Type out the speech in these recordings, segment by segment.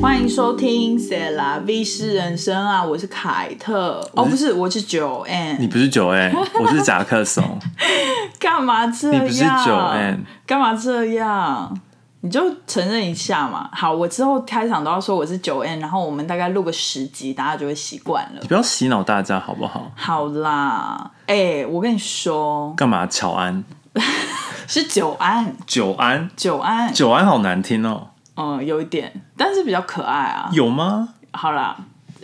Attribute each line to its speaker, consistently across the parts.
Speaker 1: 欢迎收听《塞拉 V 是人生》啊，我是凯特，哦，不是，我是九 N，
Speaker 2: 你不是九 N，我是夹克松，
Speaker 1: 干嘛这样？
Speaker 2: 你不是九 N
Speaker 1: 干嘛这样？你就承认一下嘛。好，我之后开场都要说我是九 N，然后我们大概录个十集，大家就会习惯了
Speaker 2: 你。不要洗脑大家好不好？
Speaker 1: 好啦，哎、我跟你说，
Speaker 2: 干嘛乔安？
Speaker 1: 是九安，
Speaker 2: 九安，
Speaker 1: 九安，
Speaker 2: 九安好难听哦，
Speaker 1: 嗯，有一点，但是比较可爱啊。
Speaker 2: 有吗？
Speaker 1: 好啦，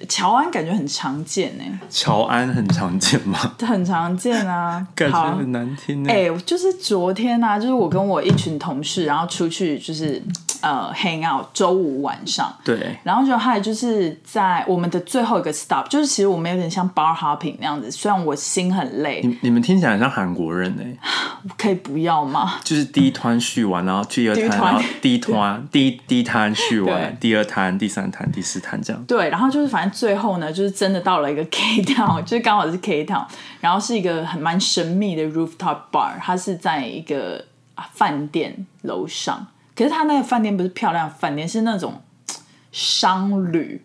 Speaker 1: 乔安感觉很常见呢、
Speaker 2: 乔安很常见吗？
Speaker 1: 很常见啊。
Speaker 2: 感觉
Speaker 1: 好，
Speaker 2: 很难听呢。
Speaker 1: 哎、就是昨天啊，就是我跟我一群同事，然后出去就是呃 hang out，周五晚上，
Speaker 2: 对，
Speaker 1: 然后就还就是在我们的最后一个 stop，就是其实我们有点像 bar hopping 那样子，虽然我心很累，
Speaker 2: 你你们听起来很像韩国人哎，
Speaker 1: 可以不要吗？
Speaker 2: 就是第一摊续完，然后第二
Speaker 1: 第一
Speaker 2: 摊，
Speaker 1: 摊
Speaker 2: 然后第一摊， 第一第一摊续完，
Speaker 1: 对
Speaker 2: 第二摊，第三摊，第四摊这样。
Speaker 1: 对，然后就是反正最后呢，就是真的到了一个 K town，就是刚好是 K town，然后是一个很蛮神秘的 rooftop bar，它是在一个啊饭店楼上，可是它那个饭店不是漂亮饭店，是那种嘖商旅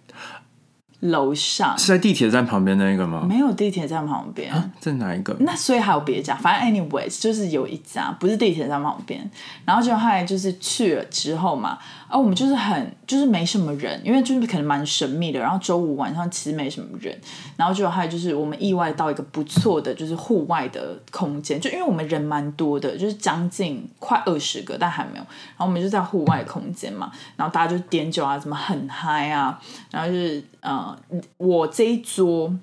Speaker 1: 楼上，
Speaker 2: 是在地铁站旁边那个吗？
Speaker 1: 没嗯有地铁站旁边。
Speaker 2: 啊在哪一个？
Speaker 1: 那所以还有别家，反正 anyways 就是有一家，不是地铁站旁边。然后就后来就是去了之后嘛，啊，我们就是很就是没什么人，因为就是可能蛮神秘的。然后周五晚上其实没什么人，然后就还有就是我们意外到一个不错的就是户外的空间，就因为我们人蛮多的，就是将近快二十个，但还没有。然后我们就在户外空间嘛，然后大家就点酒啊，怎么很嗨啊，然后就是呃，我这一桌。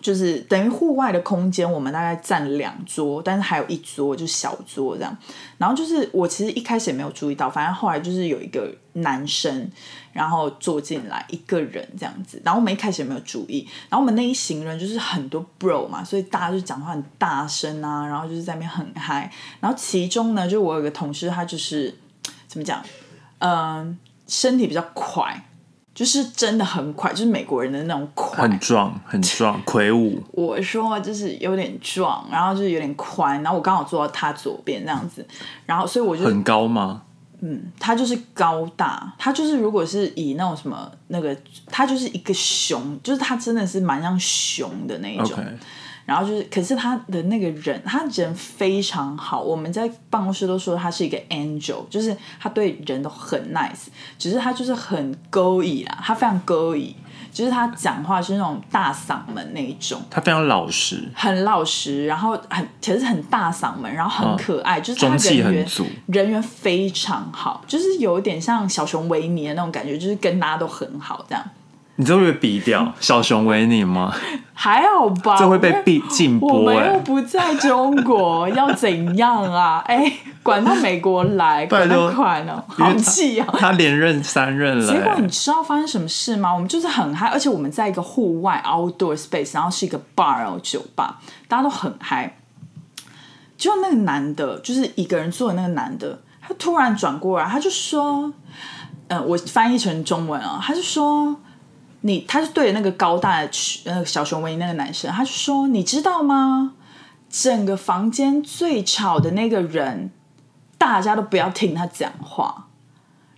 Speaker 1: 就是等于户外的空间，我们大概占两桌，但是还有一桌就是小桌这样。然后就是我其实一开始也没有注意到，反正后来就是有一个男生，然后坐进来一个人这样子，然后我们一开始也没有注意，然后我们那一行人就是很多 bro 嘛，所以大家就讲话很大声啊，然后就是在那边很嗨。然后其中呢，就我有个同事，他就是怎么讲，嗯、身体比较快。就是真的很快，就是美国人的那种快，
Speaker 2: 很壮，很壮，魁梧。
Speaker 1: 我说就是有点壮，然后就是有点宽，然后我刚好坐到他左边这样子，然后所以我就
Speaker 2: 很高吗？
Speaker 1: 他就是高大，他就是如果是以那种什么那个，他就是一个熊，就是他真的是蛮像熊的那一种。
Speaker 2: OK，
Speaker 1: 然后就是，可是他的那个人，他人非常好。我们在办公室都说他是一个 angel，就是他对人都很 nice，只是他就是很勾引啦，他非常勾引，就是他讲话是那种大嗓门那一种。
Speaker 2: 他非常老实，
Speaker 1: 很老实，然后很其实很大嗓门，然后很可爱，就是他
Speaker 2: 嗯中气
Speaker 1: 人
Speaker 2: 很
Speaker 1: 缘
Speaker 2: 足
Speaker 1: 人缘非常好，就是有点像小熊维尼的那种感觉，就是跟大家都很好这样，
Speaker 2: 你这会被逼掉小熊维尼吗？
Speaker 1: 还好吧？
Speaker 2: 这会
Speaker 1: 因
Speaker 2: 被
Speaker 1: 为
Speaker 2: 逼禁
Speaker 1: 啊我
Speaker 2: 播哎、
Speaker 1: 们又不在中国，要怎样啊？哎、管到美国来，
Speaker 2: 拜
Speaker 1: 管
Speaker 2: 托
Speaker 1: 到快呢，
Speaker 2: 因为
Speaker 1: 好气啊！
Speaker 2: 他连任三任了、
Speaker 1: 结果
Speaker 2: 欸
Speaker 1: 你，知道发生什么事吗？我们就是很嗨，而且我们在一个户外 outdoor space，然后是一个 bar 哦酒吧，大家都很嗨。就那个男的，就是一个人坐的那个男的，他突然转过来，他就说：“呃，我翻译成中文啊，他就说你，他就对着那个高大的去那个小熊维尼那个男生，他就说：你知道吗？整个房间最吵的那个人，大家都不要听他讲话。”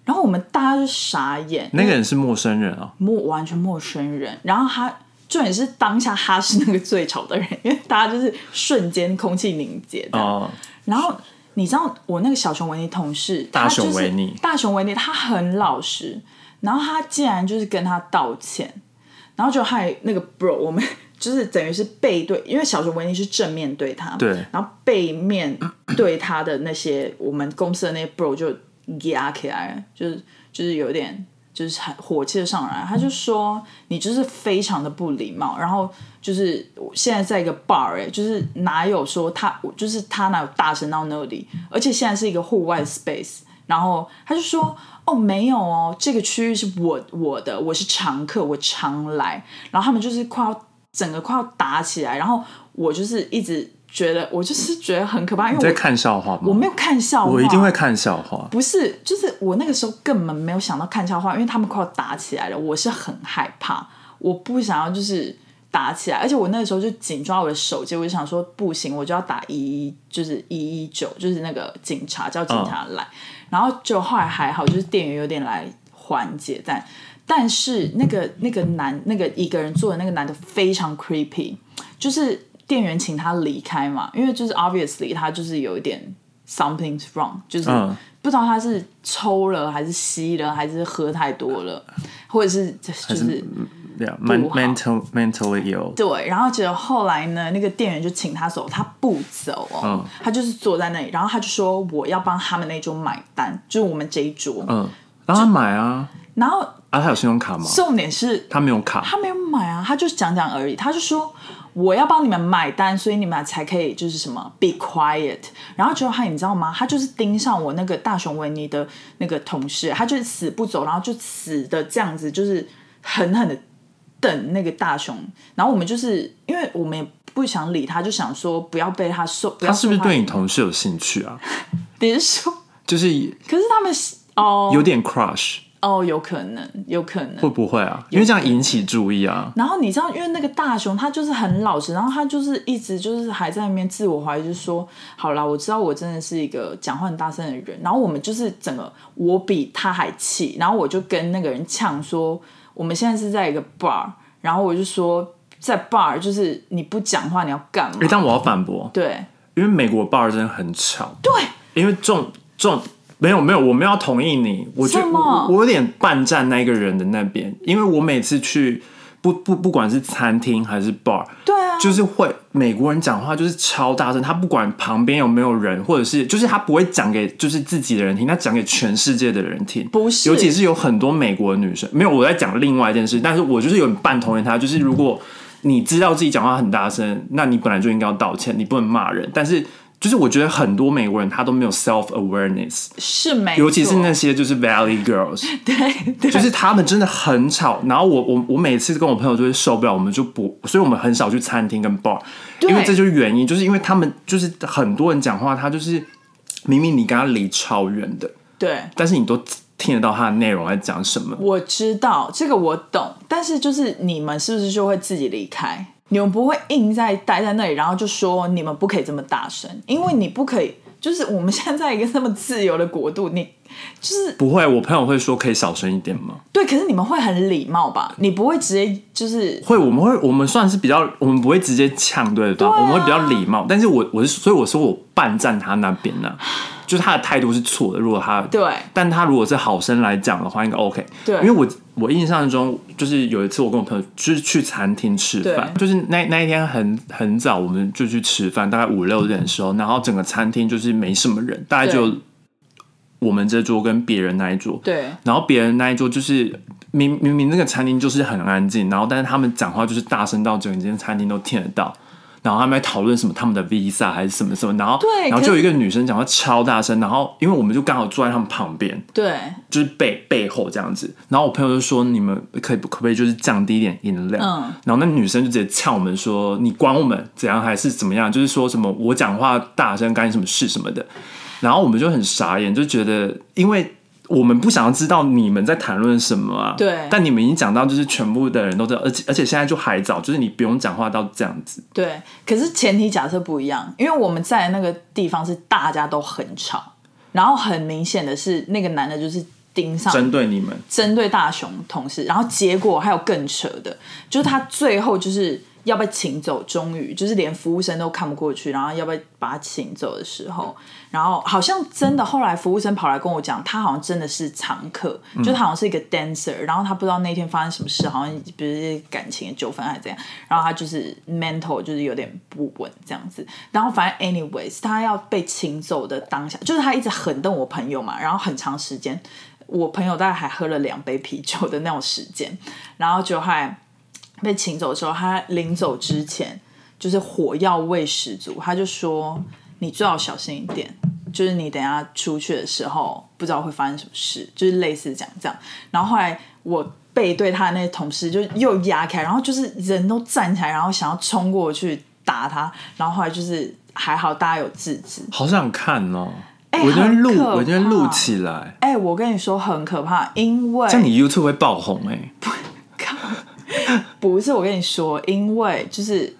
Speaker 1: 然后我们大家就傻眼，
Speaker 2: 那个人是陌生人啊、
Speaker 1: 陌完全陌生人，然后他重点是当下他是那个最吵的人，因为大家就是瞬间空气凝结这样
Speaker 2: 哦，
Speaker 1: 然后你知道我那个小熊维尼同事，他
Speaker 2: 大
Speaker 1: 就是
Speaker 2: 熊维尼
Speaker 1: 大熊维尼他很老实，然后他竟然就是跟他道歉，然后就还那个 bro 我们 就是等于是背对，因为小熊维尼是正面对他，
Speaker 2: 对
Speaker 1: 然后背面对他的那些我们公司的那些 bro 就压起来了，就是就是有点。就是很火气的上来，他就说你就是非常的不礼貌，然后就是我现在在一个 bar 哎、就是哪有说他，我就是他哪有大声到那里，而且现在是一个户外的 space，然后他就说哦没有哦，这个区域是我我的，我是常客，我常来，然后他们就是快要整个快要打起来，然后我就是一直觉得我就是觉得很可怕，因
Speaker 2: 你在
Speaker 1: 为
Speaker 2: 看笑话
Speaker 1: 我我
Speaker 2: 吗？
Speaker 1: 没有看笑话，
Speaker 2: 我一定会看笑话。
Speaker 1: 不是，就是我那个时候根本没有想到看笑话，因为他们快要打起来了，我是很害怕，我不想要就是打起来，而且我那个时候就紧抓我的手机，我就想说不行，我就要打一一，就是一一九，就是那个警察叫警察来，然后就后来还好，就是店员有点来。环节在，但是那个那个男那个一个人坐的那个男的非常 creepy，就是店员请他离开嘛，因为就是 obviously 他就是有一点 something's wrong，就是
Speaker 2: 嗯
Speaker 1: 不知道他是抽了还是吸了还是喝太多了，或者是就是
Speaker 2: 对啊，men-
Speaker 1: 不好
Speaker 2: mental mentally ill，
Speaker 1: 对，然后结果后来呢，那个店员就请他走，他不走哦，
Speaker 2: 嗯
Speaker 1: 他就是坐在那里，然后他就说我要帮他们那桌买单，就是我们这一桌。
Speaker 2: 嗯，让他买啊，
Speaker 1: 然后
Speaker 2: 啊，他有信用卡吗？
Speaker 1: 重点是
Speaker 2: 他没有卡，
Speaker 1: 他没有买啊，他就是讲讲而已，他就说我要帮你们买单，所以你们才可以就是什么 be quiet。然后结果他你知道吗？他就是盯上我那个大熊维尼的那个同事，他就是死不走，然后就死的这样子，就是狠狠的瞪那个大熊。然后我们就是因为我们也不想理他，就想说不要被他受，不要
Speaker 2: 他是不是
Speaker 1: 受他
Speaker 2: 对你同事有兴趣啊？
Speaker 1: 别说？
Speaker 2: 就是
Speaker 1: 可是他们哦
Speaker 2: 有点 crush，
Speaker 1: 哦，有可能，有可能
Speaker 2: 会不会啊？因为这样引起注意啊。
Speaker 1: 然后你知道，因为那个大熊他就是很老实，然后他就是一直就是还在那边自我怀疑，就是说好啦，我知道我真的是一个讲话很大声的人。然后我们就是整个我比他还气，然后我就跟那个人呛说，我们现在是在一个 bar，然后我就说在 bar 就是你不讲话你要干嘛
Speaker 2: 诶？但我要反驳，
Speaker 1: 对
Speaker 2: 因为美国 bar 真的很吵，
Speaker 1: 对，
Speaker 2: 因为重重没有没有，我没有要同意你，我就
Speaker 1: 什么
Speaker 2: 我我有点半站那个人的那边，因为我每次去不不不管是餐厅还是 bar，
Speaker 1: 对啊
Speaker 2: 就是会美国人讲话就是超大声，他不管旁边有没有人，或者是就是他不会讲给就是自己的人听，他讲给全世界的人听，
Speaker 1: 不是
Speaker 2: 尤其是有很多美国的女生，没有我在讲另外一件事，但是我就是有点半同意他，就是如果你知道自己讲话很大声，那你本来就应该要道歉，你不能骂人，但是。就是我觉得很多美国人他都没有 self awareness，
Speaker 1: 是没错，
Speaker 2: 尤其是那些就是 Valley Girls，
Speaker 1: 对对
Speaker 2: 就是他们真的很吵。然后我我我每次跟我朋友就会受不了，我们就不，所以我们很少去餐厅跟 bar，
Speaker 1: 对
Speaker 2: 因为这就是原因，就是因为他们就是很多人讲话，他就是明明你跟他离超远的，
Speaker 1: 对。
Speaker 2: 但是你都听得到他的内容在讲什么。
Speaker 1: 我知道这个我懂，但是就是你们是不是就会自己离开？你们不会硬在待在那里，然后就说你们不可以这么大声，因为你不可以。就是我们现在在一个这么自由的国度，你就是
Speaker 2: 不会，我朋友会说可以小声一点吗？
Speaker 1: 对，可是你们会很礼貌吧？你不会直接就是
Speaker 2: 会，我们会，我们算是比较，我们不会直接呛对方，
Speaker 1: 对啊
Speaker 2: 我们会比较礼貌。但是我我是，所以我说我半站他那边呢、就是他的态度是错的。如果他
Speaker 1: 对
Speaker 2: 但他如果是好声来讲的话，应该 OK。
Speaker 1: 对
Speaker 2: 因为我我印象中就是有一次我跟我朋友就是去餐厅吃饭，就是那那一天很很早，我们就去吃饭，大概五六点的时候，然后整个餐厅就是没什么人，大概就
Speaker 1: 对
Speaker 2: 我们这桌跟别人那一桌，
Speaker 1: 对
Speaker 2: 然后别人那一桌就是明明明那个餐厅就是很安静，然后但是他们讲话就是大声到整间餐厅都听得到。然后他们在讨论什么他们的 visa 还是什么什么，然后
Speaker 1: 对
Speaker 2: 然后
Speaker 1: 可
Speaker 2: 就有一个女生讲话超大声，然后因为我们就刚好坐在他们旁边，
Speaker 1: 对
Speaker 2: 就是背背后这样子。然后我朋友就说：“你们可以可不可以就是降低一点音量？”
Speaker 1: 嗯
Speaker 2: 然后那女生就直接呛我们说：“你管我们怎样还是怎么样？就是说什么我讲话大声干你什么事什么的。”然后我们就很傻眼，就觉得因为。我们不想要知道你们在谈论什么啊？
Speaker 1: 对
Speaker 2: 但你们已经讲到，就是全部的人都知道，而且而且现在就还早，就是你不用讲话到这样子。
Speaker 1: 对。可是前提假设不一样，因为我们在的那个地方是大家都很吵，然后很明显的是那个男的就是盯上
Speaker 2: 针对你们，
Speaker 1: 针对大雄同事，然后结果还有更扯的，就是他最后就是要被请走，终于就是连服务生都看不过去，然后要被把他请走的时候，然后好像真的后来服务生跑来跟我讲，他好像真的是常客，就他好像是一个 dancer，然后他不知道那天发生什么事，好像比如是感情的纠纷还是怎样，然后他就是 mental 就是有点不稳这样子，然后反正 anyways 他要被请走的当下，就是他一直狠瞪我朋友嘛，然后很长时间。我朋友大概还喝了两杯啤酒的那种时间，然后就还被请走的时候，他临走之前就是火药味十足，他就说：“你最好小心一点，就是你等一下出去的时候，不知道会发生什么事，就是类似讲这样。”然后后来我背对他的那些同事就又压开，然后就是人都站起来，然后想要冲过去打他，然后后来就是还好大家有制止，
Speaker 2: 好想看哦！
Speaker 1: 哎
Speaker 2: 我今天录
Speaker 1: 很，可怕
Speaker 2: 我今天录起来，
Speaker 1: 哎、我跟你说很可怕，因为
Speaker 2: 这样你 YouTube 会爆红哎、
Speaker 1: 靠不是我跟你说，因为就是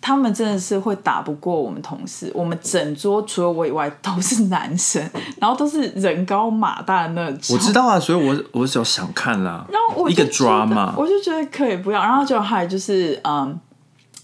Speaker 1: 他们真的是会打不过我们同事，我们整桌除了我以外都是男生，然后都是人高马大的那种。
Speaker 2: 我知道啊，所以我我只有想看啦。
Speaker 1: 然后我
Speaker 2: 一
Speaker 1: 就
Speaker 2: 个
Speaker 1: 觉得
Speaker 2: drama，
Speaker 1: 我就觉得可以不要。然后就还就是嗯。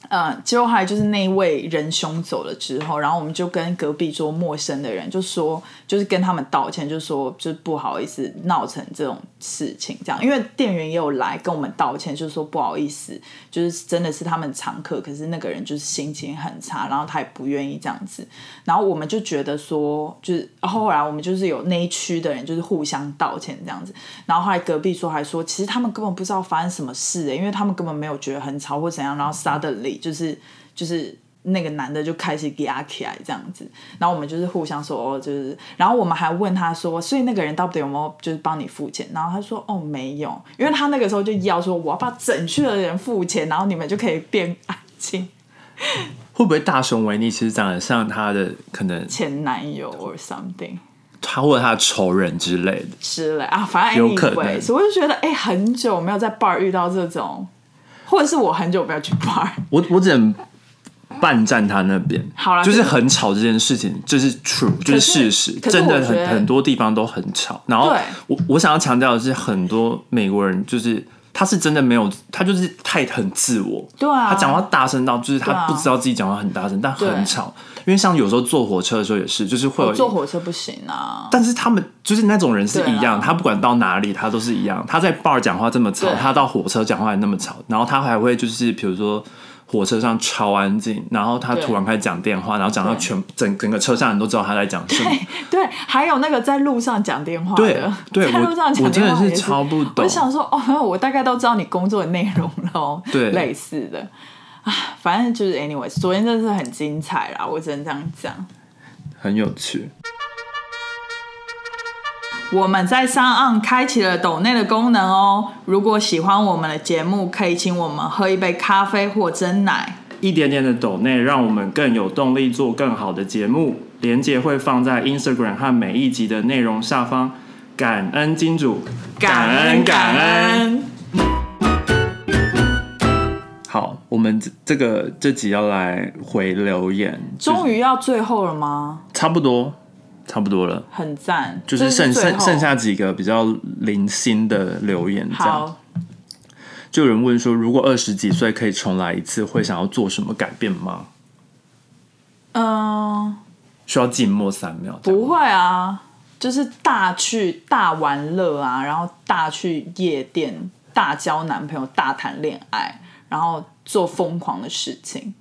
Speaker 1: 呃，结果还就是那一位仁兄走了之后，然后我们就跟隔壁桌陌生的人就说，就是跟他们道歉，就说就是不好意思闹成这种事情这样，因为店员也有来跟我们道歉，就说不好意思，就是真的是他们常客，可是那个人就是心情很差，然后他也不愿意这样子，然后我们就觉得说，就是哦后来我们就是有那一区的人就是互相道歉这样子，然后后来隔壁桌还说，其实他们根本不知道发生什么事、欸，因为他们根本没有觉得很吵或怎样，然后 suddenly 就是就是那个男的就开始压起来这样子，然后我们就是互相说哦，就是，然后我们还问他说，所以那个人到底有没有就是帮你付钱？然后他说哦没有，因为他那个时候就要说我要把整区的人付钱，然后你们就可以变啊安静。
Speaker 2: 会不会大熊维尼其实长得像他的可能
Speaker 1: 前男友 or something
Speaker 2: 他或者他的仇人之类的？
Speaker 1: 之类啊，反正
Speaker 2: 有可能
Speaker 1: anyway，所以我就觉得哎、很久没有在 bar 遇到这种，或者是我很久没有去 bar。
Speaker 2: 我我只能半站他那边。
Speaker 1: 好啦
Speaker 2: 就是很吵这件事情，这是 true，就是事实，
Speaker 1: 可是
Speaker 2: 真的
Speaker 1: 我觉得
Speaker 2: 很很多地方都很吵。然后
Speaker 1: 对
Speaker 2: 我我想要强调的是，很多美国人就是。他是真的没有，他就是太很自我，
Speaker 1: 对啊
Speaker 2: 他讲话大声到就是
Speaker 1: 对
Speaker 2: 他
Speaker 1: 啊
Speaker 2: 不知道自己讲话很大声，但
Speaker 1: 对
Speaker 2: 很吵。因为像有时候坐火车的时候也是，就是会有
Speaker 1: 我
Speaker 2: 一
Speaker 1: 坐火车不行啊，
Speaker 2: 但是他们就是那种人是一
Speaker 1: 对
Speaker 2: 样，
Speaker 1: 啊
Speaker 2: 他不管到哪里，他都是一样。他在 bar 讲话这么吵
Speaker 1: 对，
Speaker 2: 他到火车讲话也那么吵，然后他还会就是比如说火车上超安静，然后他
Speaker 1: 对
Speaker 2: 突然开始讲电话，然后讲到
Speaker 1: 对
Speaker 2: 全整整个车上人都知道他在讲什么。
Speaker 1: 对，还有那个在路上讲电话的，
Speaker 2: 对 对
Speaker 1: 在路上
Speaker 2: 我
Speaker 1: 讲
Speaker 2: 我真
Speaker 1: 电
Speaker 2: 的
Speaker 1: 话
Speaker 2: 是
Speaker 1: 也
Speaker 2: 超不懂
Speaker 1: 我想说，哦，我大概都知道你工作的内容喽，
Speaker 2: 对
Speaker 1: 类似的。啊，反正就是 anyway，昨天真的是很精彩啦，我只能这样讲。
Speaker 2: 很有趣。
Speaker 1: 我们在上岸开启了抖内的功能哦，如果喜欢我们的节目，可以请我们喝一杯咖啡或蒸奶。
Speaker 2: 一点点的抖内，让我们更有动力做更好的节目。连接会放在 Instagram 和每一集的内容下方。感恩金主，
Speaker 1: 感恩
Speaker 2: 好，我们这这个这集要来回留言，
Speaker 1: 终于要最后了吗？
Speaker 2: 差不多，差不多了，
Speaker 1: 很赞，
Speaker 2: 就是
Speaker 1: 这
Speaker 2: 剩
Speaker 1: 最
Speaker 2: 剩
Speaker 1: 后
Speaker 2: 剩下几个比较零星的留言，这样
Speaker 1: 好，
Speaker 2: 就有人问说，如果二十几岁可以重来一次，会想要做什么改变吗？
Speaker 1: 嗯、
Speaker 2: 需要静默三秒，这样
Speaker 1: 不会啊，就是大去大玩乐啊，然后大去夜店，大交男朋友，大谈恋爱，然后做疯狂的事情。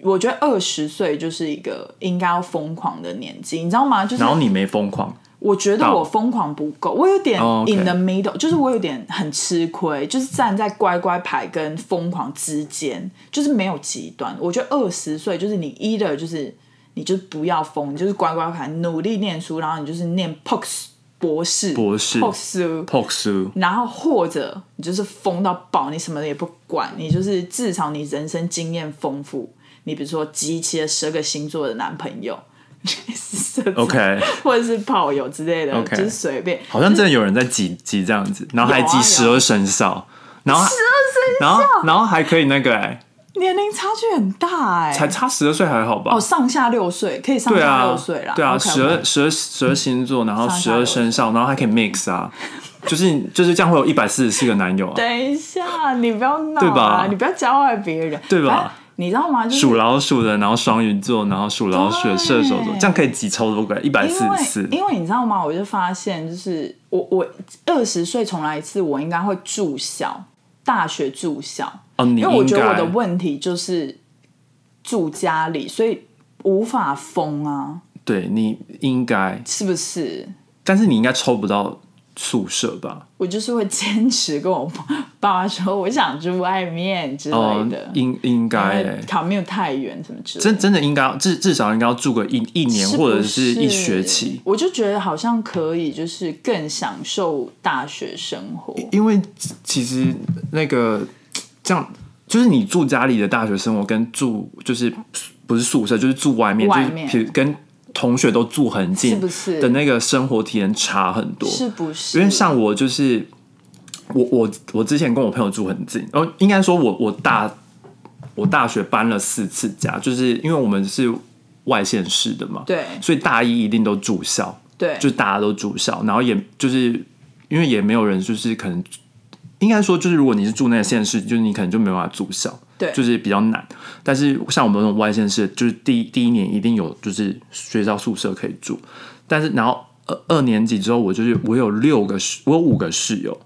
Speaker 1: 我觉得二十岁就是一个应该要疯狂的年纪，你知道吗？就是
Speaker 2: 然后你没疯狂，
Speaker 1: 我觉得
Speaker 2: 到
Speaker 1: 我疯狂不够，我有点
Speaker 2: 哦，OK
Speaker 1: in the middle，、就是我有点很吃亏，就是站在乖乖牌跟疯狂之间，就是没有极端。我觉得二十岁就是你 either 就是你就不要疯，你就是乖乖牌，努力念书，然后你就是念 POX 博士，
Speaker 2: 博士
Speaker 1: POX，
Speaker 2: 破书
Speaker 1: 然后或者你就是疯到爆，你什么也不管，你就是至少你人生经验丰富，你比如说集齐了十二个星座的男朋友。 是这种
Speaker 2: OK
Speaker 1: 或者是炮友之类的
Speaker 2: OK
Speaker 1: 就是随便。
Speaker 2: 好像真的有人在挤挤这样子，然后还
Speaker 1: 有
Speaker 2: 挤
Speaker 1: 啊
Speaker 2: 十二生肖，然后十二生肖，然后然后还可以那个哎、
Speaker 1: 年龄差距很大哎、
Speaker 2: 才差十二岁还好吧？
Speaker 1: 哦，上下六岁可以上
Speaker 2: 对
Speaker 1: 下
Speaker 2: 啊
Speaker 1: 六岁啦。，
Speaker 2: 对啊，
Speaker 1: OK，OK
Speaker 2: 十二十二十二星座，然后
Speaker 1: 上
Speaker 2: 十
Speaker 1: 下六
Speaker 2: 二生肖，然后还可以 mix 啊，就是就是这样会有一百四十四个男友啊，
Speaker 1: 等一下，你不要闹、啊，
Speaker 2: 对吧
Speaker 1: 你不要教坏别人，
Speaker 2: 对吧
Speaker 1: 反正你知道吗？就是
Speaker 2: 属老鼠的，然后双鱼座，然后属老鼠的
Speaker 1: 对
Speaker 2: 射手座，这样可以挤超多个一百四
Speaker 1: 因为
Speaker 2: 十四。
Speaker 1: 因为你知道吗？我就发现，就是我我二十岁重来一次，我应该会住校，大学住校。
Speaker 2: 哦，你
Speaker 1: 因为我
Speaker 2: 应
Speaker 1: 觉得我
Speaker 2: 该
Speaker 1: 的问题就是住家里，所以无法疯啊，
Speaker 2: 对你应该，
Speaker 1: 是不是？
Speaker 2: 但是你应该抽不到宿舍吧？
Speaker 1: 我就是会坚持跟我爸爸妈说，我想住外面之
Speaker 2: 哦
Speaker 1: 类的，，
Speaker 2: 应应该
Speaker 1: 因
Speaker 2: 欸
Speaker 1: 为，commute 太远什么之类的。
Speaker 2: 真真的应该要至至少应该要住个一一年
Speaker 1: 是不
Speaker 2: 或者是一
Speaker 1: 是
Speaker 2: 学期，，
Speaker 1: 我就觉得好像可以，就是更享受大学生活。
Speaker 2: 因为其实那个这样，就是你住家里的大学生活跟住就是不是宿舍，就是住外面，
Speaker 1: 外面
Speaker 2: 就是比如跟同学都住很近，
Speaker 1: 是不是
Speaker 2: 的那个生活体验差很多？
Speaker 1: 是不是？
Speaker 2: 因为像我哦就是我我我之前跟我朋友住很近，然后应该说我我大我大学搬了四次家，就是因为我们是外县市的嘛，
Speaker 1: 对
Speaker 2: 所以大一一定都住校，
Speaker 1: 对，
Speaker 2: 就大家都住校，然后也就是因为也没有人就是可能。应该说，就是如果你是住那个县市，就是你可能就没办法住校，
Speaker 1: 对
Speaker 2: 就是比较难。但是像我们那种外县市，就是第一第一年一定有就是学校宿舍可以住，但是然后二二年级之后，我就是我有六个室，我有五个室友，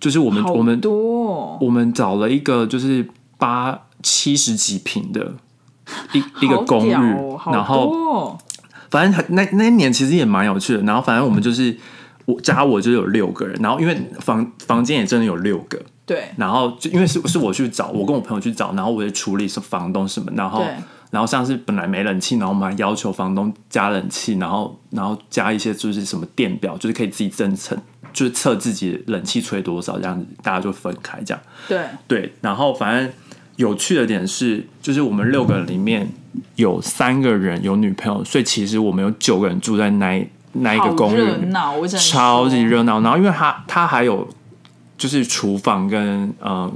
Speaker 2: 就是我们
Speaker 1: 好
Speaker 2: 我们
Speaker 1: 多哦、
Speaker 2: 我们找了一个就是八七十几平的一一个
Speaker 1: 好
Speaker 2: 公寓，
Speaker 1: 屌哦好
Speaker 2: 然后
Speaker 1: 多哦
Speaker 2: 反正很那那一年其实也蛮有趣的。然后反正我们就是我加我就有六个人，然后因为房房间也真的有六个，
Speaker 1: 对
Speaker 2: 然后就因为是是我去找，我跟我朋友去找，然后我也处理是房东什么，然后
Speaker 1: 对
Speaker 2: 然后像是本来没冷气，然后我们还要求房东加冷气，然后然后加一些就是什么电表，就是可以自己侦测，就是测自己冷气吹多少，这样子大家就分开这样。
Speaker 1: 对
Speaker 2: 对，然后反正有趣的点是，就是我们六个人里面有三个人有女朋友，所以其实我们有九个人住在那一那一个公
Speaker 1: 好
Speaker 2: 寓
Speaker 1: 热
Speaker 2: 里面，
Speaker 1: 闹，哦我只能说
Speaker 2: 超级热闹。然后因为它它还有就是厨房跟呃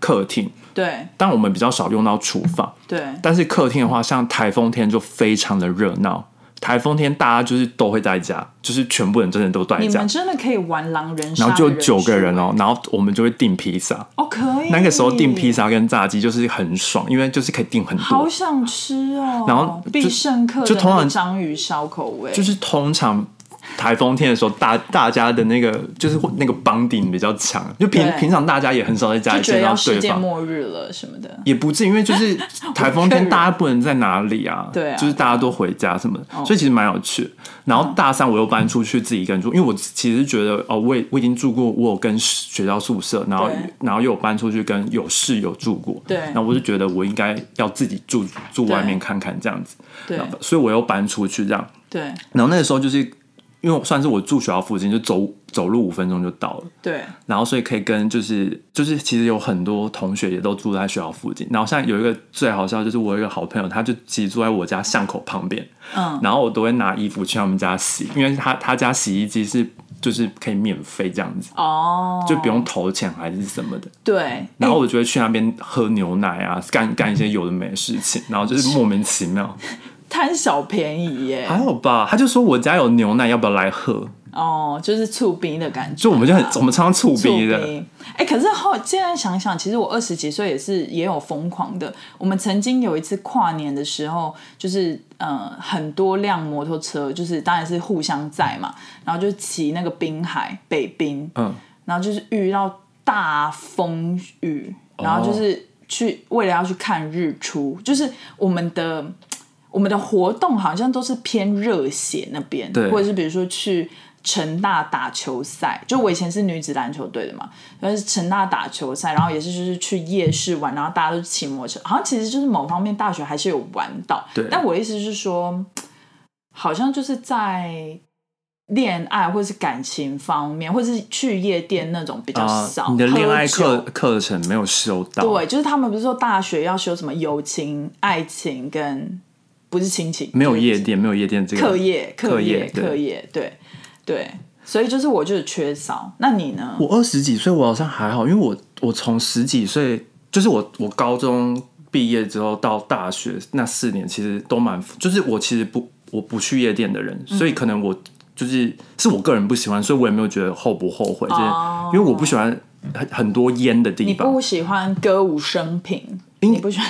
Speaker 2: 客厅，
Speaker 1: 对
Speaker 2: 但我们比较少用到厨房，
Speaker 1: 对
Speaker 2: 但是客厅的话，像台风天就非常的热闹。台风天大家就是都会在家，就是全部人真的都待在
Speaker 1: 你
Speaker 2: 家
Speaker 1: 们，真的可以玩狼人杀
Speaker 2: 然
Speaker 1: 的
Speaker 2: 后
Speaker 1: 人
Speaker 2: 就
Speaker 1: 数，
Speaker 2: 九个人哦，然后我们就会订披萨。
Speaker 1: 哦，可以。
Speaker 2: 那个时候订披萨跟炸鸡就是很爽，因为就是可以订很
Speaker 1: 好
Speaker 2: 多。
Speaker 1: 想吃哦。
Speaker 2: 然后就
Speaker 1: 必胜客的
Speaker 2: 就通常
Speaker 1: 那个章鱼烧口味，
Speaker 2: 就是通常台风天的时候，大大家的那个就是那个绑顶比较强，就平
Speaker 1: 对
Speaker 2: 平常大家也很少在家
Speaker 1: 就
Speaker 2: 里
Speaker 1: 觉得
Speaker 2: 见
Speaker 1: 要
Speaker 2: 到
Speaker 1: 世
Speaker 2: 对
Speaker 1: 界
Speaker 2: 方。
Speaker 1: 末日了什么的。
Speaker 2: 也不至于，因为就是台 风
Speaker 1: 我个
Speaker 2: 天，
Speaker 1: 人
Speaker 2: 大家不能在哪里啊？
Speaker 1: 对啊哦
Speaker 2: 就是大家都回家什么的，所以其实蛮有趣的。然后大三我又搬出去自己一个人住，因为我其实觉得哦，我也我已经住过，我有跟学校宿舍，然后
Speaker 1: 对
Speaker 2: 然后又有搬出去跟有室友住过，
Speaker 1: 对
Speaker 2: 然后我就觉得我应该要自己住住外面
Speaker 1: 对
Speaker 2: 看看这样子，
Speaker 1: 对
Speaker 2: 然后所以我又搬出去这样。
Speaker 1: 对
Speaker 2: 然后那个时候就是因为我算是我住学校附近，就走走路五分钟就到了。
Speaker 1: 对
Speaker 2: 然后所以可以跟就是就是其实有很多同学也都住在学校附近，然后像有一个最好笑就是我有一个好朋友，他就其实住在我家巷口旁边，
Speaker 1: 嗯，
Speaker 2: 然后我都会拿衣服去他们家洗，因为他他家洗衣机是就是可以免费这样子，
Speaker 1: 哦，
Speaker 2: 就不用投钱还是什么的，
Speaker 1: 对。
Speaker 2: 然后我就会去那边喝牛奶啊，干干一些有的没的事情，然后就是莫名其妙，
Speaker 1: 贪小便宜耶，
Speaker 2: 还好吧，他就说我家有牛奶，要不要来喝？
Speaker 1: 哦，就是醋冰的感觉。啊
Speaker 2: 就我们就很我们常常醋
Speaker 1: 醋
Speaker 2: 逼的，
Speaker 1: 冰，哎、可是后现在想想，其实我二十几岁也是也有疯狂的。我们曾经有一次跨年的时候，就是呃很多辆摩托车，就是当然是互相载嘛，然后就骑那个滨海北滨，
Speaker 2: 嗯，
Speaker 1: 然后就是遇到大风雨，然后
Speaker 2: 哦
Speaker 1: 就是去、为了要去看日出，就是我们的我们的活动好像都是偏热血那边，
Speaker 2: 对
Speaker 1: 或者是比如说去。成大打球赛，就我以前是女子篮球队的嘛，但是成大打球赛，然后也是就是去夜市玩，然后大家都骑摩托车，好像其实就是某方面大学还是有玩到，
Speaker 2: 对
Speaker 1: 但我的意思是说，好像就是在恋爱或是感情方面，或是去夜店那种比较
Speaker 2: 啊
Speaker 1: 少。，
Speaker 2: 你的恋爱
Speaker 1: 喝
Speaker 2: 课
Speaker 1: 酒
Speaker 2: 课程没有修到，
Speaker 1: 对，就是他们不是说大学要修什么友情、爱情跟不是亲情，
Speaker 2: 没有
Speaker 1: 就是
Speaker 2: 夜店，没有夜店这个
Speaker 1: 课业、课业、
Speaker 2: 课业对
Speaker 1: 课业，对对，所以就是我就是缺少。那你呢？
Speaker 2: 我二十几岁，我好像还好，因为我我从十几岁，就是我我高中毕业之后到大学那四年，其实都蛮，就是我其实不我不去夜店的人，所
Speaker 1: 嗯
Speaker 2: 以可能我就是是我个人不喜欢，所以我也没有觉得后不后悔，就是、
Speaker 1: 哦
Speaker 2: 因为我不喜欢很很多烟的地
Speaker 1: 你
Speaker 2: 方
Speaker 1: 不。喜欢歌舞升平，你不喜欢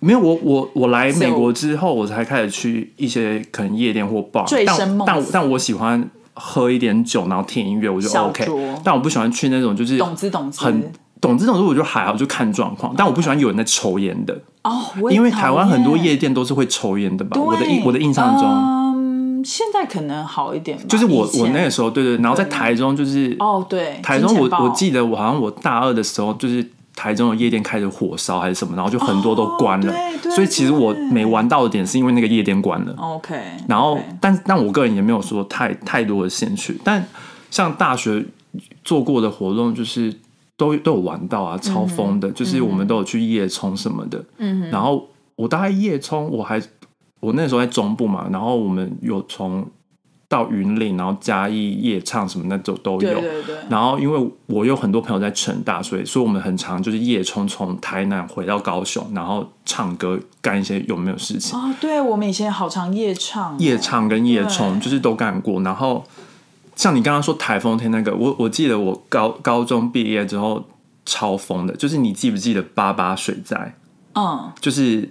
Speaker 2: 没有我我我来美
Speaker 1: So-
Speaker 2: 国之后，我才开始去一些可能夜店或 bar，
Speaker 1: 醉生
Speaker 2: 但
Speaker 1: 梦
Speaker 2: 但我
Speaker 1: 死
Speaker 2: 但我喜欢喝一点酒，然后听音乐，我就
Speaker 1: 小
Speaker 2: OK
Speaker 1: 酌。
Speaker 2: 但我不喜欢去那种就是
Speaker 1: 懂之懂之
Speaker 2: 很懂这种，我就还好，就看状况。但我不喜欢有人在抽烟的，
Speaker 1: 哦，我也
Speaker 2: 因为台湾很
Speaker 1: 讨
Speaker 2: 多
Speaker 1: 厌
Speaker 2: 夜店都是会抽烟的吧？我的
Speaker 1: 对
Speaker 2: 印我的印象中，
Speaker 1: 嗯，现在可能好一点吧，
Speaker 2: 就是我
Speaker 1: 以前
Speaker 2: 我那个时候，对对，然后在台中就是
Speaker 1: 哦对，
Speaker 2: 台中我
Speaker 1: 金钱豹
Speaker 2: 我记得我好像我大二的时候就是。台中的夜店开始火烧还是什么，然后就很多都关了，
Speaker 1: 哦对对哦
Speaker 2: 所以其实我没玩到的点是因为那个夜店关了。
Speaker 1: OK，
Speaker 2: 然后
Speaker 1: OK，
Speaker 2: 但但我个人也没有说太太多的兴趣，但像大学做过的活动，就是都都有玩到啊，
Speaker 1: 嗯
Speaker 2: 超疯的，就是我们都有去夜冲什么的。嗯，然后我大概夜冲，我还我那时候在中部嘛，然后我们有从到云林，然后嘉义夜唱什么那种都有。
Speaker 1: 对对对
Speaker 2: 然后因为我有很多朋友在成大，所以所以我们很常就是夜冲从台南回到高雄，然后唱歌干一些有没有事情。
Speaker 1: 哦，对我们以前好常夜唱哦，
Speaker 2: 夜唱跟夜冲
Speaker 1: 对
Speaker 2: 就是都干过。然后像你刚刚说台风天那个，我我记得我高高中毕业之后超疯的，就是你记不记得八八水灾？
Speaker 1: 嗯，
Speaker 2: 就是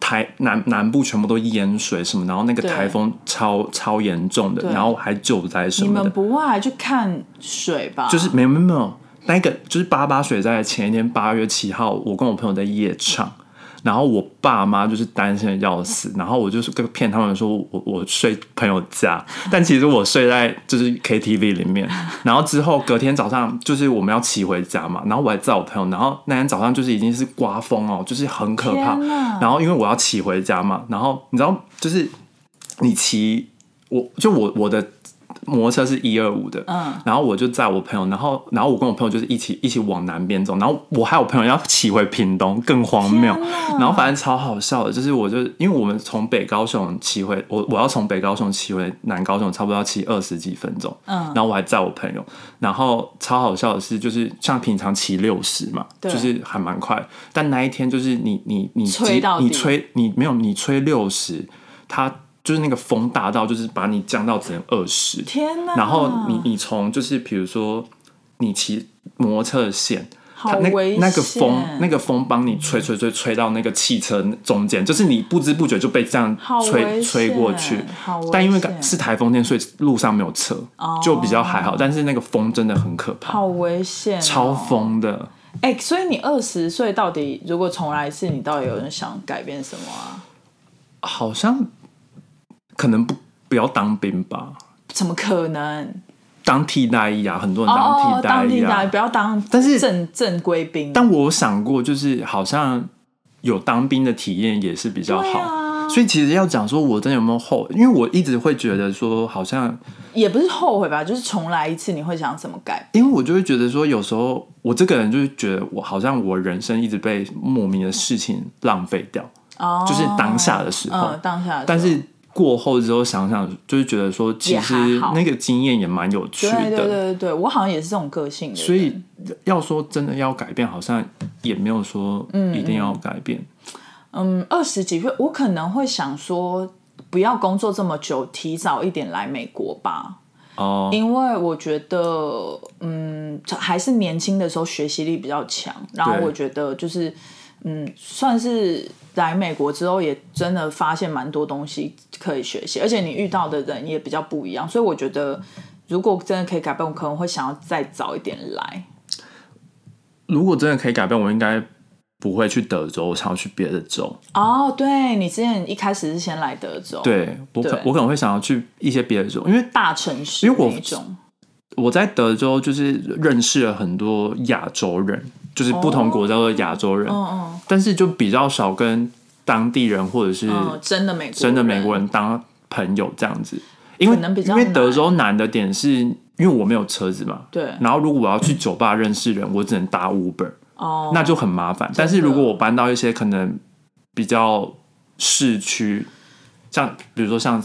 Speaker 2: 台南南部全部都淹水什么，然后那个
Speaker 1: 对
Speaker 2: 台风超超严重的，
Speaker 1: 对
Speaker 2: 然后还救灾什
Speaker 1: 你
Speaker 2: 么
Speaker 1: 们
Speaker 2: 的，
Speaker 1: 不外去看水吧？
Speaker 2: 就是没有没有没有，那个就是八八水灾的前一天，八月七号，我跟我朋友在夜唱。然后我爸妈就是担心的要死，然后我就是跟骗他们说我我睡朋友家，但其实我睡在就是 KTV 里面。然后之后隔天早上就是我们要骑回家嘛，然后我还载我朋友，然后那天早上就是已经是刮风哦，就是很可怕
Speaker 1: 天哪。
Speaker 2: 然后因为我要骑回家嘛，然后你知道就是你骑我就我我的摩托车是一二五的，
Speaker 1: 嗯
Speaker 2: 然后我就载我朋友，然后然后我跟我朋友就是一起一起往南边走，然后我还有朋友要骑回屏东，更荒谬
Speaker 1: 天。哪
Speaker 2: 然后反正超好笑的，就是我就因为我们从北高雄骑回我我要从北高雄骑回南高雄，差不多要骑二十几分钟，
Speaker 1: 嗯
Speaker 2: 然后我还载我朋友，然后超好笑的是，就是像平常骑六十嘛，
Speaker 1: 对
Speaker 2: 就是还蛮快，但那一天就是你你你
Speaker 1: 吹到
Speaker 2: 你
Speaker 1: 底
Speaker 2: 吹你没有你吹六十，它就是那个风大到就是把你降到只能二十，
Speaker 1: 天哪！
Speaker 2: 然后你你从就是比如说你骑摩托车的线，
Speaker 1: 好
Speaker 2: 它那
Speaker 1: 危
Speaker 2: 那个风
Speaker 1: 险
Speaker 2: 那个风帮你吹吹吹吹到那个汽车中间，就是你不知不觉就被这样
Speaker 1: 好
Speaker 2: 吹
Speaker 1: 危
Speaker 2: 吹过去
Speaker 1: 险好危。
Speaker 2: 但因为
Speaker 1: 险哦
Speaker 2: 是台风天，所以路上没有车，就比较还好。但是那个风真的很可怕，
Speaker 1: 好危险哦、
Speaker 2: 超疯的。
Speaker 1: 哎、所以你二十岁到底如果重来一次，你到底有人想改变什么啊？
Speaker 2: 好像可能不不要当兵吧，
Speaker 1: 怎么可能？
Speaker 2: 当替代役啊，很多人
Speaker 1: 哦，
Speaker 2: 当
Speaker 1: 当
Speaker 2: 替
Speaker 1: 替
Speaker 2: 代
Speaker 1: 代
Speaker 2: 役啊。
Speaker 1: 不要当，
Speaker 2: 但是
Speaker 1: 正正规兵，
Speaker 2: 但我有想过，就是好像有当兵的体验也是比较
Speaker 1: 对
Speaker 2: 好。
Speaker 1: 啊，
Speaker 2: 所以其实要讲说，我真的有没有后？因为我一直会觉得说，好像
Speaker 1: 也不是后悔吧，就是重来一次，你会想怎么改？
Speaker 2: 因为我就会觉得说，有时候我这个人就是觉得我好像我人生一直被莫名的事情浪费掉，
Speaker 1: 哦，
Speaker 2: 就是哦当下的时候。
Speaker 1: 嗯，当下的时候，
Speaker 2: 但是过后之后想想，就是觉得说，其实
Speaker 1: 也还好
Speaker 2: 那个经验也蛮有趣
Speaker 1: 对
Speaker 2: 的。
Speaker 1: 对对对对，我好像也是这种个性的人，
Speaker 2: 所以要说真的要改变，好像也没有说一定要改变。
Speaker 1: 嗯，二十几岁，我可能会想说，不要工作这么久，提早一点来美国吧。
Speaker 2: 哦、
Speaker 1: 因为我觉得，嗯，还是年轻的时候学习力比较强，然后
Speaker 2: 对
Speaker 1: 我觉得就是，嗯，算是来美国之后也真的发现蛮多东西可以学习，而且你遇到的人也比较不一样，所以我觉得如果真的可以改变，我可能会想要再早一点来。
Speaker 2: 如果真的可以改变，我应该不会去德州，我想要去别的州。
Speaker 1: 哦，对你之前一开始是先来德州，，
Speaker 2: 对我可
Speaker 1: 哦对
Speaker 2: 我可能会想要去一些别的州，因为
Speaker 1: 大城市
Speaker 2: 因为我
Speaker 1: 那种，
Speaker 2: 我在德州就是认识了很多亚洲人，就是不同国家的亚洲人，
Speaker 1: 嗯嗯
Speaker 2: 但是就比较少跟当地人或者是
Speaker 1: 嗯，真的美国，
Speaker 2: 真的美国人当朋友这样子，因为
Speaker 1: 可能比较
Speaker 2: 因为德州难的点是因为我没有车子嘛，
Speaker 1: 对
Speaker 2: 然后如果我要去酒吧认识人，我只能搭 Uber，
Speaker 1: 哦，
Speaker 2: 那就很麻烦。但是如果我搬到一些可能比较市区，像比如说像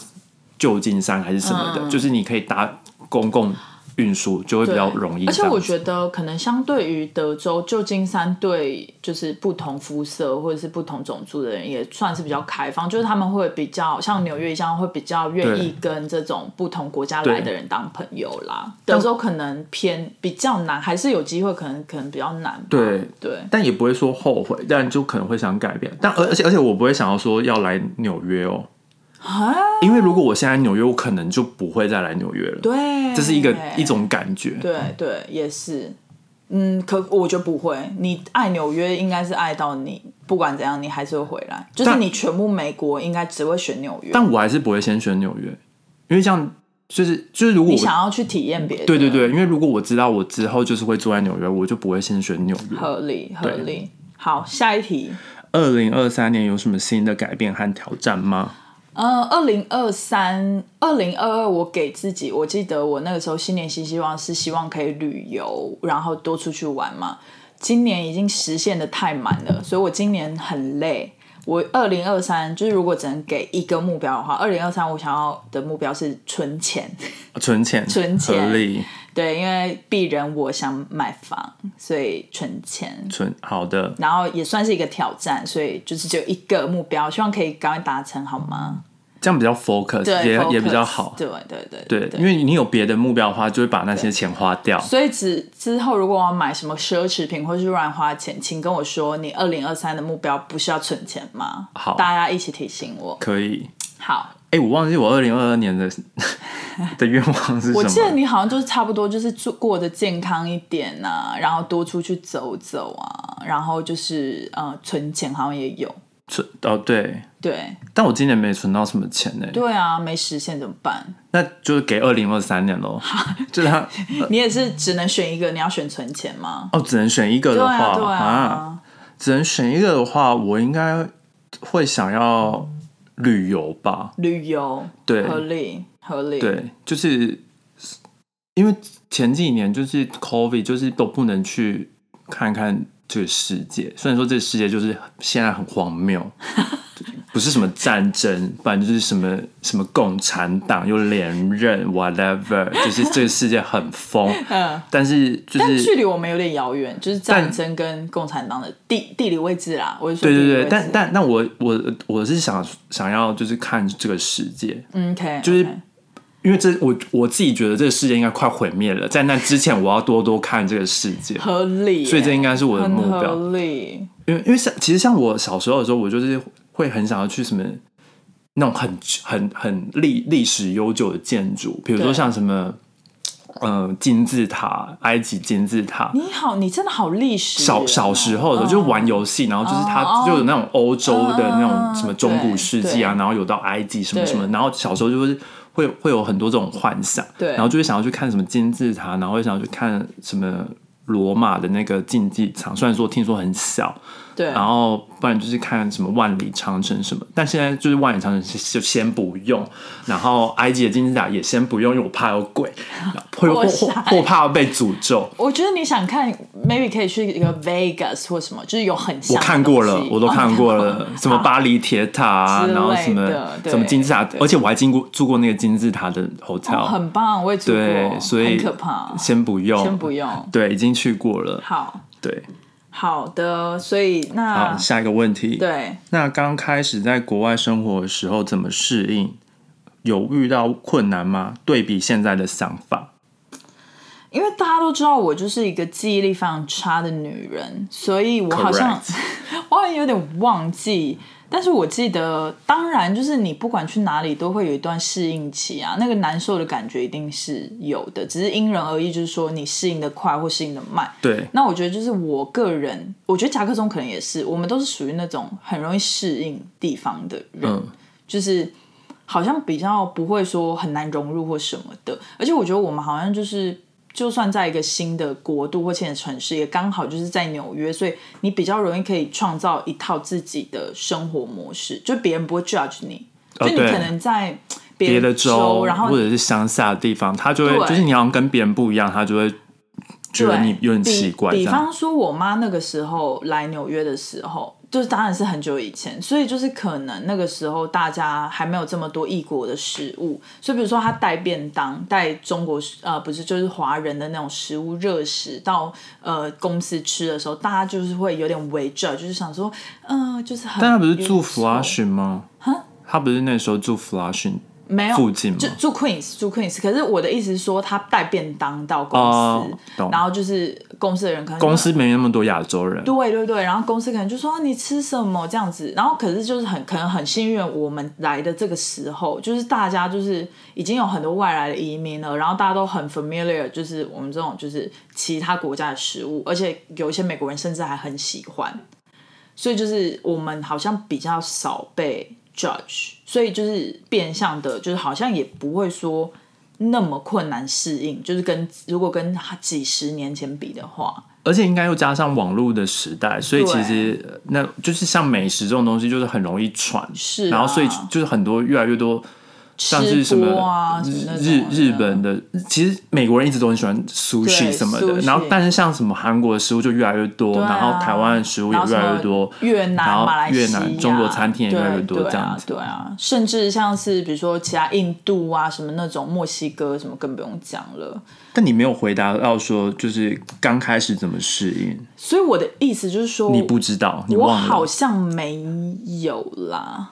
Speaker 2: 旧金山还是什么的，
Speaker 1: 嗯
Speaker 2: 就是你可以搭公共运输，就会比较
Speaker 1: 对
Speaker 2: 容易这
Speaker 1: 而
Speaker 2: 样子。
Speaker 1: 且我觉得，可能相对于德州、旧金山，对就是不同肤色或者是不同种族的人，也算是比较开放，就是他们会比较像纽约一样，会比较愿意跟这种不同国家来的人当朋友啦。
Speaker 2: 对
Speaker 1: 德州可能偏比较难，还是有机会，可能可能比较难吧。
Speaker 2: 对
Speaker 1: 对，
Speaker 2: 但也不会说后悔，但就可能会想改变。但而而且而且我不会想要说要来纽约哦，
Speaker 1: 啊，
Speaker 2: 因为如果我现在纽约，我可能就不会再来纽约了。
Speaker 1: 对，
Speaker 2: 这是一个一种感觉。
Speaker 1: 对对，也是。嗯，可我觉得不会。你爱纽约，应该是爱到你不管怎样，你还是会回来。就是
Speaker 2: 但
Speaker 1: 你全部美国，应该只会选纽约。
Speaker 2: 但我还是不会先选纽约，因为这样就是就是如果
Speaker 1: 你
Speaker 2: 我
Speaker 1: 想要去体验别的，
Speaker 2: 对对，对，因为如果我知道我之后就是会住在纽约，我就不会先选纽约。
Speaker 1: 合理合理。好，下一题。
Speaker 2: 二零二三年有什么新的改变和挑战吗？
Speaker 1: 嗯，二零二三、二零二二，我给自己，我记得我那个时候新年新希望是希望可以旅游，然后多出去玩嘛。今年已经实现的太满了，所以我今年很累。我二零二三就是如果只能给一个目标的话，二零二三我想要的目标是存钱。
Speaker 2: 存钱，
Speaker 1: 存钱
Speaker 2: 合理，
Speaker 1: 对，因为鄙人我想买房，所以存钱，
Speaker 2: 存好的，
Speaker 1: 然后也算是一个挑战，所以就是只有一个目标，希望可以赶快达成，好吗？
Speaker 2: 这样比较 focus，
Speaker 1: 对
Speaker 2: 也
Speaker 1: focus，
Speaker 2: 也比较好。
Speaker 1: 对对对
Speaker 2: 对，因为你有别的目标的话，就会把那些钱花掉。
Speaker 1: 所以之之后，如果我要买什么奢侈品或是乱花钱，请跟我说，你二零二三的目标不是要存钱吗？
Speaker 2: 好
Speaker 1: 大家一起提醒我。
Speaker 2: 可以。
Speaker 1: 好，
Speaker 2: 哎、我忘记我二零二二年的 的愿望是
Speaker 1: 我记
Speaker 2: 什
Speaker 1: 得
Speaker 2: 么。
Speaker 1: 你好像就是差不多就是做过得健康一点呐、然后多出去走走啊，然后就是呃存钱好像也有，
Speaker 2: 存哦，对，
Speaker 1: 对
Speaker 2: 但我今年没存到什么钱欸呢、
Speaker 1: 对啊，没实现怎么办？
Speaker 2: 那就是给二零二三 年喽。就他
Speaker 1: 你也是只能选一个，你要选存钱吗？
Speaker 2: 哦，只能选一个
Speaker 1: 对
Speaker 2: 的话
Speaker 1: 啊，对
Speaker 2: 啊，
Speaker 1: 啊，
Speaker 2: 只能选一个的话，我应该会想要旅游吧。
Speaker 1: 旅游
Speaker 2: 对
Speaker 1: 合理合理，
Speaker 2: 对，就是因为前几年就是 COVID，就是都不能去看看这个世界。虽然说这个世界就是现在很荒谬， 不是什么战争，不然就是什么什么共产党又连任，whatever，就是这个世界很疯。
Speaker 1: 嗯。
Speaker 2: 但是就
Speaker 1: 但距
Speaker 2: 是
Speaker 1: 离我们有点遥远，就是战争跟共产党的地地理位置啦。我是说
Speaker 2: 对
Speaker 1: 地
Speaker 2: 对
Speaker 1: 理位
Speaker 2: 对，
Speaker 1: 置
Speaker 2: 但但但我我我是想想要就是看这个世界，
Speaker 1: 嗯，OK，
Speaker 2: 就是因为这我我自己觉得这个世界应该快毁灭了，在那之前我要多多看这个世界。
Speaker 1: 合理耶，
Speaker 2: 所以这应该是我的
Speaker 1: 很
Speaker 2: 目标。
Speaker 1: 合理。
Speaker 2: 因为因为像其实像我小时候的时候，我就是会很想要去什么那种很很很历历史悠久的建筑，比如说
Speaker 1: 对
Speaker 2: 像什么呃金字塔、埃及金字塔。
Speaker 1: 你好，你真的好历史人哦。
Speaker 2: 小小时候的时候就玩游戏，然后就是
Speaker 1: 哦嗯
Speaker 2: 它就有那种欧洲的那种什么中古世纪啊，
Speaker 1: 对对
Speaker 2: 然后有到埃及什么什么，
Speaker 1: 对
Speaker 2: 然后小时候就是会会有很多这种幻想，
Speaker 1: 对
Speaker 2: 然后就会想要去看什么金字塔，然后会想要去看什么罗马的那个竞技场，虽然说听说很小，
Speaker 1: 对，
Speaker 2: 然后不然就是看什么万里长城什么，但现在就是万里长城就先不用，然后埃及的金字塔也先不用，因为我怕有鬼， 或或
Speaker 1: 我傻
Speaker 2: 或或怕被诅咒。
Speaker 1: 我觉得你想看，maybe 可以去一个 Vegas 或什么，就是有很像
Speaker 2: 我
Speaker 1: 的
Speaker 2: 看过了
Speaker 1: 东，西
Speaker 2: 我都
Speaker 1: 哦
Speaker 2: 看
Speaker 1: 你
Speaker 2: 过了，什么巴黎铁塔啊，
Speaker 1: 之
Speaker 2: 然后
Speaker 1: 类
Speaker 2: 什么
Speaker 1: 的对
Speaker 2: 什么金字塔，
Speaker 1: 对
Speaker 2: 而且我还经过住过那个金字塔的
Speaker 1: 哦
Speaker 2: hotel，
Speaker 1: 很棒，我也住
Speaker 2: 对，
Speaker 1: 过，
Speaker 2: 所以
Speaker 1: 很可怕，哦
Speaker 2: 先不用，
Speaker 1: 先不用。
Speaker 2: 对，已经去过了，
Speaker 1: 好
Speaker 2: 对。
Speaker 1: 好的，所以
Speaker 2: 好，
Speaker 1: 那
Speaker 2: 下一个问题，
Speaker 1: 啊对
Speaker 2: 那刚开始在国外生活的时候怎么适应？有遇到困难吗？对比现在的想法，
Speaker 1: 因为大家都知道我就是一个记忆力非常差的女人，所以我好像 我好像有点忘记。但是我记得，当然就是你不管去哪里都会有一段适应期啊，那个难受的感觉一定是有的，只是因人而异，就是说你适应的快或适应的慢。
Speaker 2: 对，
Speaker 1: 那我觉得就是我个人，我觉得夹克松可能也是，我们都是属于那种很容易适应地方的人，
Speaker 2: 嗯
Speaker 1: 就是好像比较不会说很难融入或什么的。而且我觉得我们好像就是，就算在一个新的国度或新的城市，也刚好就是在纽约，所以你比较容易可以创造一套自己的生活模式，就别人不会 judge 你，就你
Speaker 2: 哦对
Speaker 1: 可能在
Speaker 2: 别
Speaker 1: 别
Speaker 2: 的州，
Speaker 1: 然后
Speaker 2: 或者是乡下的地方，他就会
Speaker 1: 对
Speaker 2: 就是你好像跟别人不一样，他就会觉得
Speaker 1: 对，
Speaker 2: 你有点奇怪这
Speaker 1: 比。比
Speaker 2: 样。
Speaker 1: 方说，我妈那个时候来纽约的时候，就是当然是很久以前，所以就是可能那个时候大家还没有这么多异国的食物，所以比如说她带便当、带中国食呃不是就是华人的那种食物热食到呃公司吃的时候，大家就是会有点围着，就是想说，嗯、就是很。
Speaker 2: 但他不是住啊
Speaker 1: 有点臭
Speaker 2: Flushing 吗？他不是那时候住 Flushing
Speaker 1: 没有
Speaker 2: 附近吗
Speaker 1: 就住 Queens，住 Queens。可是我的意思是说，他带便当到公司，
Speaker 2: 哦懂
Speaker 1: 然后就是公司的人可能
Speaker 2: 公司没那么多亚洲人，
Speaker 1: 对啊对对，然后公司可能就说、啊、你吃什么这样子，然后可是就是很可能很幸运，我们来的这个时候，就是大家就是已经有很多外来的移民了，然后大家都很 familiar，就是我们这种就是其他国家的食物，而且有一些美国人甚至还很喜欢，所以就是我们好像比较少被 judge，所以就是变相的，就是好像也不会说。那么困难适应，就是跟如果跟几十年前比的话，
Speaker 2: 而且应该又加上网络的时代，所以
Speaker 1: 对
Speaker 2: 其实呃那就是像美食这种东西，就是很容易传，
Speaker 1: 是啊
Speaker 2: 然后所以就是很多越来越多像是什么
Speaker 1: 吃播啊什么那种
Speaker 2: 日
Speaker 1: 的
Speaker 2: 日本的，其实美国人一直都很喜欢
Speaker 1: 对
Speaker 2: sushi 什么的，
Speaker 1: sushi
Speaker 2: 然后但是像什么韩国的食物就越来越多，
Speaker 1: 对啊
Speaker 2: 然后台湾的食物也越来越多，
Speaker 1: 然后什么越南、
Speaker 2: 然后
Speaker 1: 马来西亚、
Speaker 2: 越南中国餐厅也越来越多
Speaker 1: 对对啊
Speaker 2: 这样子
Speaker 1: 对啊，甚至像是比如说其他印度啊什么那种墨西哥什么更不用讲了。
Speaker 2: 但你没有回答到说，就是刚开始怎么适应，
Speaker 1: 所以我的意思就是说，
Speaker 2: 你不知道，你
Speaker 1: 我
Speaker 2: 忘了。
Speaker 1: 好像没有啦。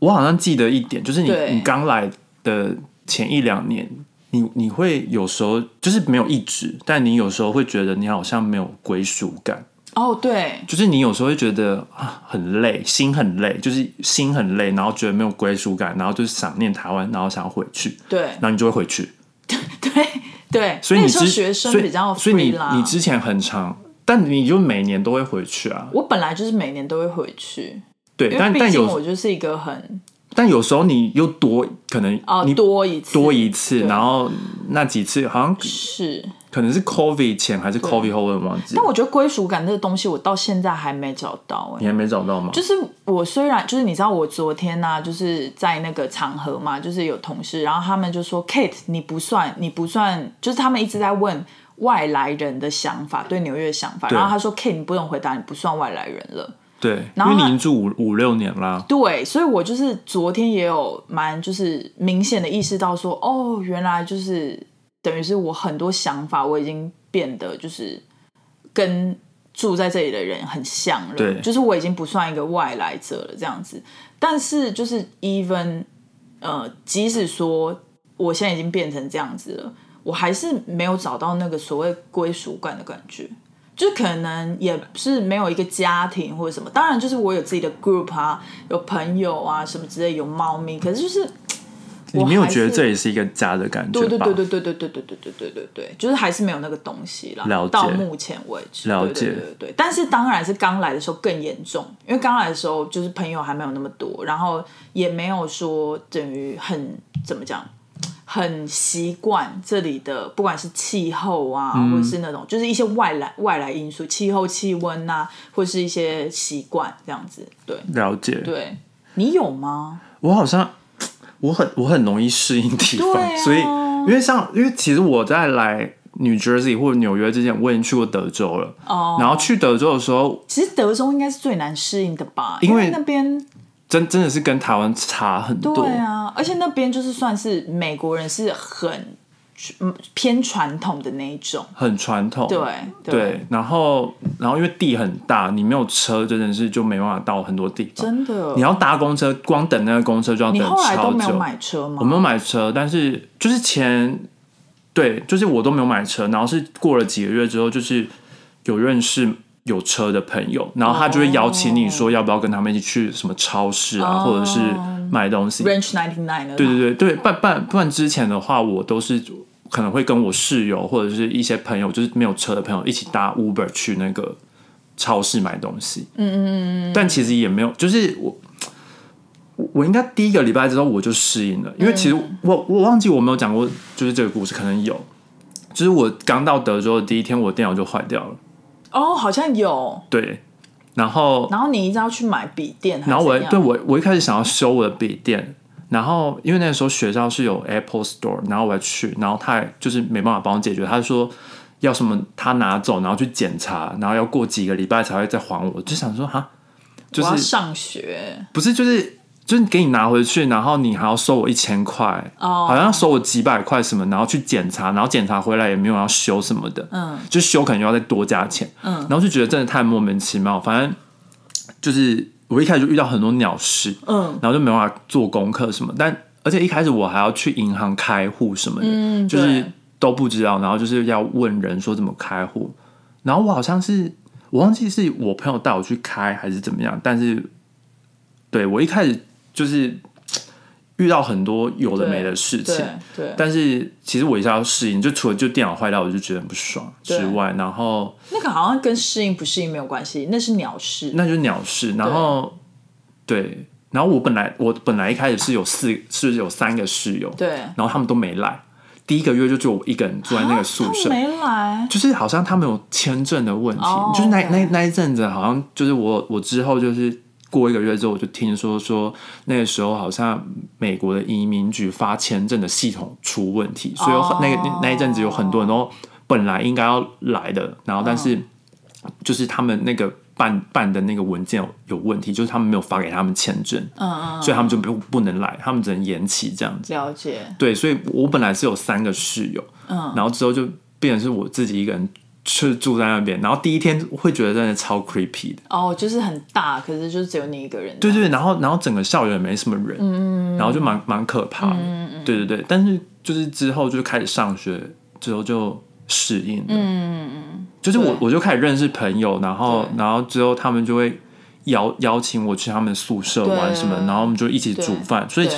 Speaker 2: 我好像记得一点，就是你
Speaker 1: 对
Speaker 2: 你刚来的前一两年，你你会有时候就是没有一直，但你有时候会觉得你好像没有归属感，
Speaker 1: 哦，对，
Speaker 2: 就是你有时候会觉得啊很累，心很累，就是心很累，然后觉得没有归属感，然后就是想念台湾，然后想回去，
Speaker 1: 对
Speaker 2: 然，后你就会回去。
Speaker 1: 对，对。
Speaker 2: 所以你
Speaker 1: 那时候
Speaker 2: 之
Speaker 1: 学生
Speaker 2: 所以
Speaker 1: 比较
Speaker 2: 所以你
Speaker 1: free 啦。
Speaker 2: 你之前很长，但你就每年都会回去啊，
Speaker 1: 我本来就是每年都会回去，
Speaker 2: 对，
Speaker 1: 因
Speaker 2: 但
Speaker 1: 为
Speaker 2: 但
Speaker 1: 毕竟我
Speaker 2: 有
Speaker 1: 就是一个很
Speaker 2: 但有时候你又多可能
Speaker 1: 哦
Speaker 2: 你
Speaker 1: 多一次
Speaker 2: 多一次，
Speaker 1: 对
Speaker 2: 然后那几次好像
Speaker 1: 是。
Speaker 2: 可能是 COVID 前还是 COVID 后，我也忘记
Speaker 1: 但。我觉得归属感这个东西，我到现在还没找到、欸。
Speaker 2: 你还没找到吗？
Speaker 1: 就是我虽然就是你知道我昨天呢、啊就是在那个场合嘛，就是有同事，然后他们就说 Kate 你不算你不算，就是他们一直在问外来人的想法对纽约的想法，
Speaker 2: 对
Speaker 1: 然后他说 Kate 你不用回答，你不算外来人了。
Speaker 2: 对，因
Speaker 1: 然后
Speaker 2: 为你
Speaker 1: 他
Speaker 2: 已经住五五六年啦。
Speaker 1: 对，所以我就是昨天也有蛮就是明显的意识到说，哦，原来就是等于是我很多想法我已经变得就是跟住在这里的人很像了，
Speaker 2: 对
Speaker 1: 就是我已经不算一个外来者了这样子。但是就是 even 呃，即使说我现在已经变成这样子了，我还是没有找到那个所谓归属感的感觉。就可能也是没有一个家庭或者什么，当然就是我有自己的 group 啊，有朋友啊什么之类，有猫咪，可是就是
Speaker 2: 你没有觉得
Speaker 1: 还是
Speaker 2: 这也是一个家的感觉
Speaker 1: 对对
Speaker 2: 吧？
Speaker 1: 对对对对对对对对对对对，就是还是没有那个东西啦。
Speaker 2: 了解
Speaker 1: 到目前为止，
Speaker 2: 了
Speaker 1: 对对
Speaker 2: 解
Speaker 1: 对对对。但是当然是刚来的时候更严重，因为刚来的时候就是朋友还没有那么多，然后也没有说等于很怎么讲。很习惯这里的，不管是气候啊，或
Speaker 2: 嗯
Speaker 1: 者是那种就是一些外来外来因素，气候、气温啊，或是一些习惯这样子。对
Speaker 2: 了解。
Speaker 1: 对，你有吗？
Speaker 2: 我好像我很我很容易适应地方，
Speaker 1: 对啊
Speaker 2: 所以因为像因为其实我在来 New Jersey 或者纽约之前，我已经去过德州了。
Speaker 1: 哦
Speaker 2: 然后去德州的时候，
Speaker 1: 其实德州应该是最难适应的吧，
Speaker 2: 因为
Speaker 1: 为那边
Speaker 2: 真真的是跟台湾差很多。
Speaker 1: 对啊，而且那边就是算是美国人是很嗯偏传统的那一种，
Speaker 2: 很传统，
Speaker 1: 对
Speaker 2: 对，然后然后因为地很大，你没有车真的是就没办法到很多地方。
Speaker 1: 真的
Speaker 2: 你。要搭公车，光等那个公车就要
Speaker 1: 你
Speaker 2: 等
Speaker 1: 后来都
Speaker 2: 超
Speaker 1: 没有
Speaker 2: 久。
Speaker 1: 买车
Speaker 2: 我
Speaker 1: 吗？
Speaker 2: 没有买车，但是就是前对，就是我都没有买车，然后是过了几个月之后，就是有认识有车的朋友，然后他就会邀请你说要不要跟他们一起去什么超市啊，
Speaker 1: 哦
Speaker 2: 或者是买东西。
Speaker 1: Range Ninety Nine
Speaker 2: 对对对对，不然不然不然之前的话，我都是可能会跟我室友或者是一些朋友，就是没有车的朋友一起搭 Uber 去那个超市买东西。嗯嗯嗯。但其实也没有，就是我我我应该第一个礼拜之后我就适应了，因为其实我我忘记我没有讲过，就是这个故事可能有。就是我刚到德州的第一天，我电脑就坏掉了，
Speaker 1: 哦，好像有。
Speaker 2: 对，然后
Speaker 1: 然后你一直要去买笔电，
Speaker 2: 然后我
Speaker 1: 还是怎
Speaker 2: 对
Speaker 1: 样
Speaker 2: 我我一开始想要修我的笔电，然后因为那时候学校是有 Apple Store，然后我还去，然后他还就是没办法帮我解决，他说要什么他拿走，然后去检查，然后要过几个礼拜才会再还我，就想说哈，就
Speaker 1: 我要
Speaker 2: 是
Speaker 1: 上学
Speaker 2: 不是就是。就是给你拿回去，然后你还要收我一千块
Speaker 1: 哦
Speaker 2: 好像要收我几百块什么，然后去检查，然后检查回来也没有要修什么的，
Speaker 1: 嗯，
Speaker 2: 就修可能要再多加钱，
Speaker 1: 嗯
Speaker 2: 然后就觉得真的太莫名其妙，反正就是我一开始就遇到很多鸟事，
Speaker 1: 嗯，
Speaker 2: 然后就没办法做功课什么，但而且一开始我还要去银行开户什么的，
Speaker 1: 嗯
Speaker 2: 就是
Speaker 1: 对
Speaker 2: 都不知道，然后就是要问人说怎么开户，然后我好像是我忘记是我朋友带我去开还是怎么样，但是对我一开始就是遇到很多有的没的事情，
Speaker 1: 对对，
Speaker 2: 但是其实我一下要适应，就除了就电脑坏掉我就觉得很不爽之外，然后
Speaker 1: 那个好像跟适应不适应没有关系，那是鸟事。
Speaker 2: 那就是鸟事，然后对，然后我本来我本来一开始是有四是有三个室友，
Speaker 1: 对，
Speaker 2: 然后他们都没来，第一个月就只有我一个人住在那个宿
Speaker 1: 啊他
Speaker 2: 舍。
Speaker 1: 们没来，
Speaker 2: 就是好像他们有签证的问题
Speaker 1: 哦
Speaker 2: 就是那那
Speaker 1: OK
Speaker 2: 那一阵子，好像就是我我之后就是过一个月之后，我就听说说那个时候好像美国的移民局发签证的系统出问题，所以
Speaker 1: 哦
Speaker 2: 有很那个那一阵子有很多人都本来应该要来的，然后但
Speaker 1: 哦
Speaker 2: 是就是他们那个办办的那个文件有有问题，就是他们没有发给他们签证，
Speaker 1: 嗯嗯，
Speaker 2: 所以他们就不不能来，他们只能延期这样子。
Speaker 1: 了解，
Speaker 2: 对，所以我本来是有三个室友，
Speaker 1: 嗯，
Speaker 2: 然后之后就变成是我自己一个人去住在那边，然后第一天会觉得真的超 creepy 的，
Speaker 1: 哦，就是很大，可是就是只有你一个人，
Speaker 2: 对，对，然后然后整个校园没什么人，嗯，然后就蛮蛮可怕的，
Speaker 1: 嗯
Speaker 2: 对对对，但是就是之后就开始上学之后就适应了，嗯嗯嗯，就是我
Speaker 1: 对
Speaker 2: 我就开始认识朋友，然后
Speaker 1: 对
Speaker 2: 然后之后他们就会邀邀请我去他们宿舍
Speaker 1: 对
Speaker 2: 玩什么，然后我们就一起
Speaker 1: 对
Speaker 2: 煮饭，所以
Speaker 1: 对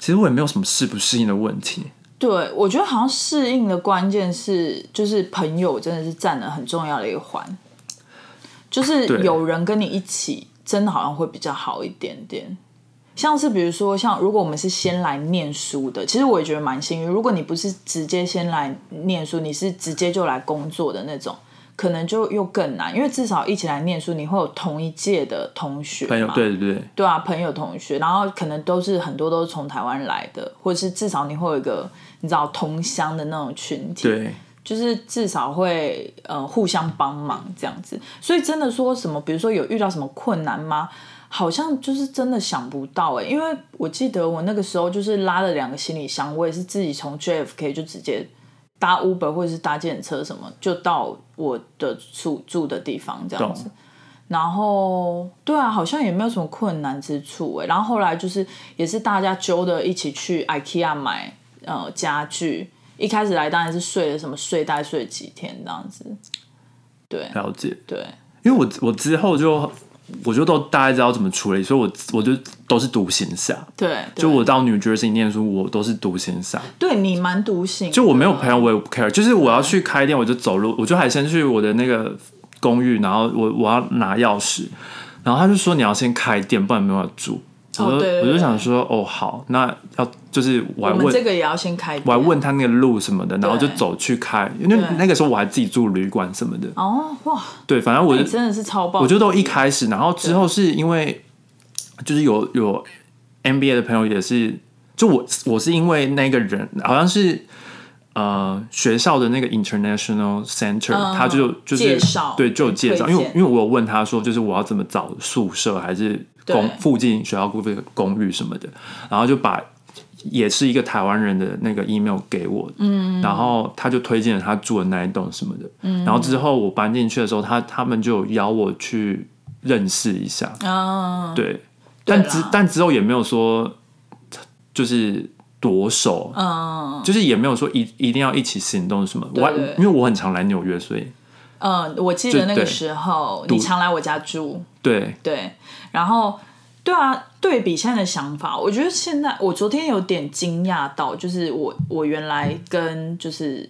Speaker 2: 其实我也没有什么适不适应的问题，
Speaker 1: 对，我觉得好像适应的关键是，就是朋友真的是占了很重要的一个环，就是
Speaker 2: 对
Speaker 1: 有人跟你一起，真的好像会比较好一点点。像是比如说，像如果我们是先来念书的，其实我也觉得蛮幸运。如果你不是直接先来念书，你是直接就来工作的那种，可能就又更难，因为至少一起来念书，你会有同一届的同学嘛，
Speaker 2: 朋友对对对。
Speaker 1: 对啊，朋友同学，然后可能都是很多都是从台湾来的，或者是至少你会有一个你知道同乡的那种群体，
Speaker 2: 对，
Speaker 1: 就是至少会呃互相帮忙这样子。所以真的说什么，比如说有遇到什么困难吗？好像就是真的想不到哎、因为我记得我那个时候就是拉了两个行李箱，我也是自己从 JFK 就直接搭 Uber 或者是搭电车什么，就到我的住住的地方这样子
Speaker 2: 懂。
Speaker 1: 然后对啊，好像也没有什么困难之处哎、然后后来就是也是大家揪的一起去 IKEA 买呃家具，一开始来当然是睡了什么睡袋睡几天这样子，对
Speaker 2: 了解。
Speaker 1: 对，
Speaker 2: 因为我我之后就我就都大概知道怎么处理，所以我我就都是独行侠。
Speaker 1: 对，对
Speaker 2: 就我到 New Jersey 念书，我都是独行侠。
Speaker 1: 对你蛮独行的，
Speaker 2: 就我没有朋友，我也不 care。就是我要去开店，我就走路，我就还先去我的那个公寓，然后我我要拿钥匙，然后他就说你要先开店，不然没办法住。我
Speaker 1: 哦
Speaker 2: 就、
Speaker 1: 对对对
Speaker 2: 我就想说，哦好，那要就是我还
Speaker 1: 我们
Speaker 2: 问
Speaker 1: 这个也要先开店，
Speaker 2: 我还问他那个路什么的，然后就
Speaker 1: 对
Speaker 2: 走去开，因为那个时候我还自己住旅馆什么的。
Speaker 1: 哦哇，
Speaker 2: 对，反正我就
Speaker 1: 你真的是超棒，
Speaker 2: 我就都一开始，然后之后是因为就是有有 NBA 的朋友也是，就我我是因为那个人好像是呃学校的那个 International Center，、
Speaker 1: 嗯
Speaker 2: 他就就是
Speaker 1: 介绍
Speaker 2: 对就有介绍，
Speaker 1: 推荐
Speaker 2: 因为因为我有问他说就是我要怎么找宿舍还是公
Speaker 1: 对
Speaker 2: 附近学校附近的公寓什么的，然后就把。也是一个台湾人的那个 email 给我，嗯，然后他就推荐了他住的那一栋什么的，嗯，然后之后我搬进去的时候，他他们就有邀我去认识一下，
Speaker 1: 嗯，
Speaker 2: 对，但
Speaker 1: 啦
Speaker 2: 之但之后也没有说就是夺手，
Speaker 1: 嗯
Speaker 2: 就是也没有说一一定要一起行动什么，我还
Speaker 1: 对对
Speaker 2: 因为我很常来纽约，所以
Speaker 1: 嗯，我记得那
Speaker 2: 就对
Speaker 1: 个时候你
Speaker 2: 独
Speaker 1: 常来我家住，
Speaker 2: 对
Speaker 1: 对，然后对啊，对比现在的想法，我觉得现在我昨天有点惊讶到，就是我我原来跟就是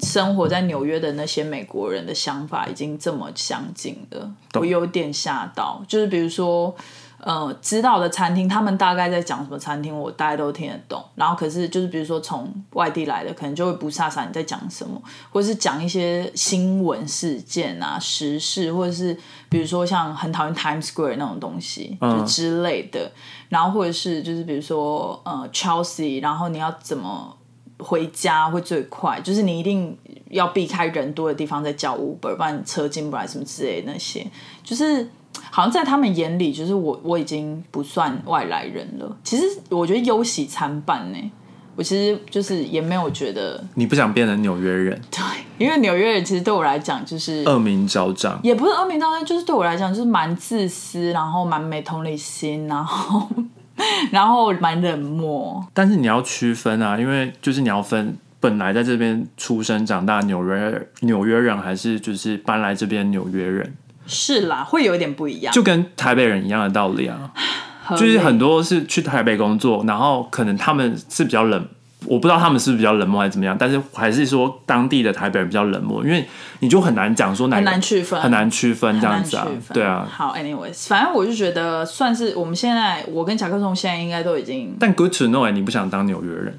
Speaker 1: 生活在纽约的那些美国人的想法已经这么相近了，
Speaker 2: 懂
Speaker 1: 我有点吓到，就是比如说。呃，知道的餐厅，他们大概在讲什么餐厅，我大概都听得懂。然后，可是就是比如说从外地来的，可能就会不飒飒你在讲什么，或是讲一些新闻事件啊、时事，或者是比如说像很讨厌 Times Square 那种东西，就之类的。然后或者是就是比如说呃 Chelsea，然后你要怎么回家会最快，就是你一定要避开人多的地方再叫 Uber，不然你车进不来什么之类的那些，就是好像在他们眼里，就是我我已经不算外来人了。其实我觉得忧喜参半呢、我其实就是也没有觉得
Speaker 2: 你不想变成纽约人，
Speaker 1: 对，因为纽约人其实对我来讲就是
Speaker 2: 恶名昭彰，
Speaker 1: 也不是恶名昭彰，就是对我来讲就是蛮自私，然后蛮没同理心，然后 然后蛮冷漠，
Speaker 2: 但是你要区分啊，因为就是你要分。本来在这边出生长大的纽约纽约人，还是就是搬来这边的纽约人，
Speaker 1: 是啦，会有一点不一样，
Speaker 2: 就跟台北人一样的道理啊，
Speaker 1: 合
Speaker 2: 就是
Speaker 1: 理
Speaker 2: 很多是去台北工作，然后可能他们是比较冷，我不知道他们是不是比较冷漠还是怎么样，但是还是说当地的台北人比较冷漠，因为你就很难讲说哪个
Speaker 1: 很难区分
Speaker 2: 很难区分这样子啊
Speaker 1: 很难区，分
Speaker 2: 对啊。
Speaker 1: 好，anyways，反正我就觉得算是我们现在，我跟甲壳虫现在应该都已经
Speaker 2: 哎但 good to know，欸你不想当纽约人，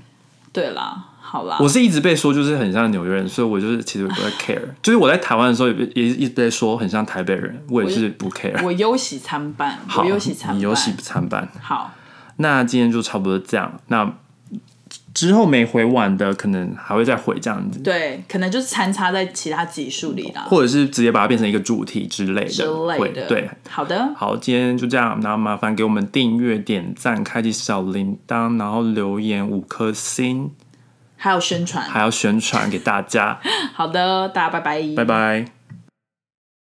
Speaker 1: 对啦，好啦，
Speaker 2: 我是一直被说就是很像纽约人，所以我就是其实我不 太 care。就是我在台湾的时候也被也一直被说很像台北人，我也是不 care。
Speaker 1: 我忧喜参半，
Speaker 2: 好，
Speaker 1: 我忧喜参
Speaker 2: 你
Speaker 1: 半，
Speaker 2: 有喜参半。
Speaker 1: 好，
Speaker 2: 那今天就差不多这样。那之后没回完的，可能还会再回这样子，
Speaker 1: 对，可能就是掺插在其他集数里啦
Speaker 2: 或者是直接把它变成一个主题之类
Speaker 1: 啊
Speaker 2: 的。
Speaker 1: 之
Speaker 2: 会
Speaker 1: 类的。
Speaker 2: 对，
Speaker 1: 好的，
Speaker 2: 好，今天就这样。那麻烦给我们订阅、点赞、开启小铃铛，然后留言五颗星，
Speaker 1: 还有宣传，
Speaker 2: 还要宣传给大家。
Speaker 1: 好的，大家拜拜，
Speaker 2: 拜拜。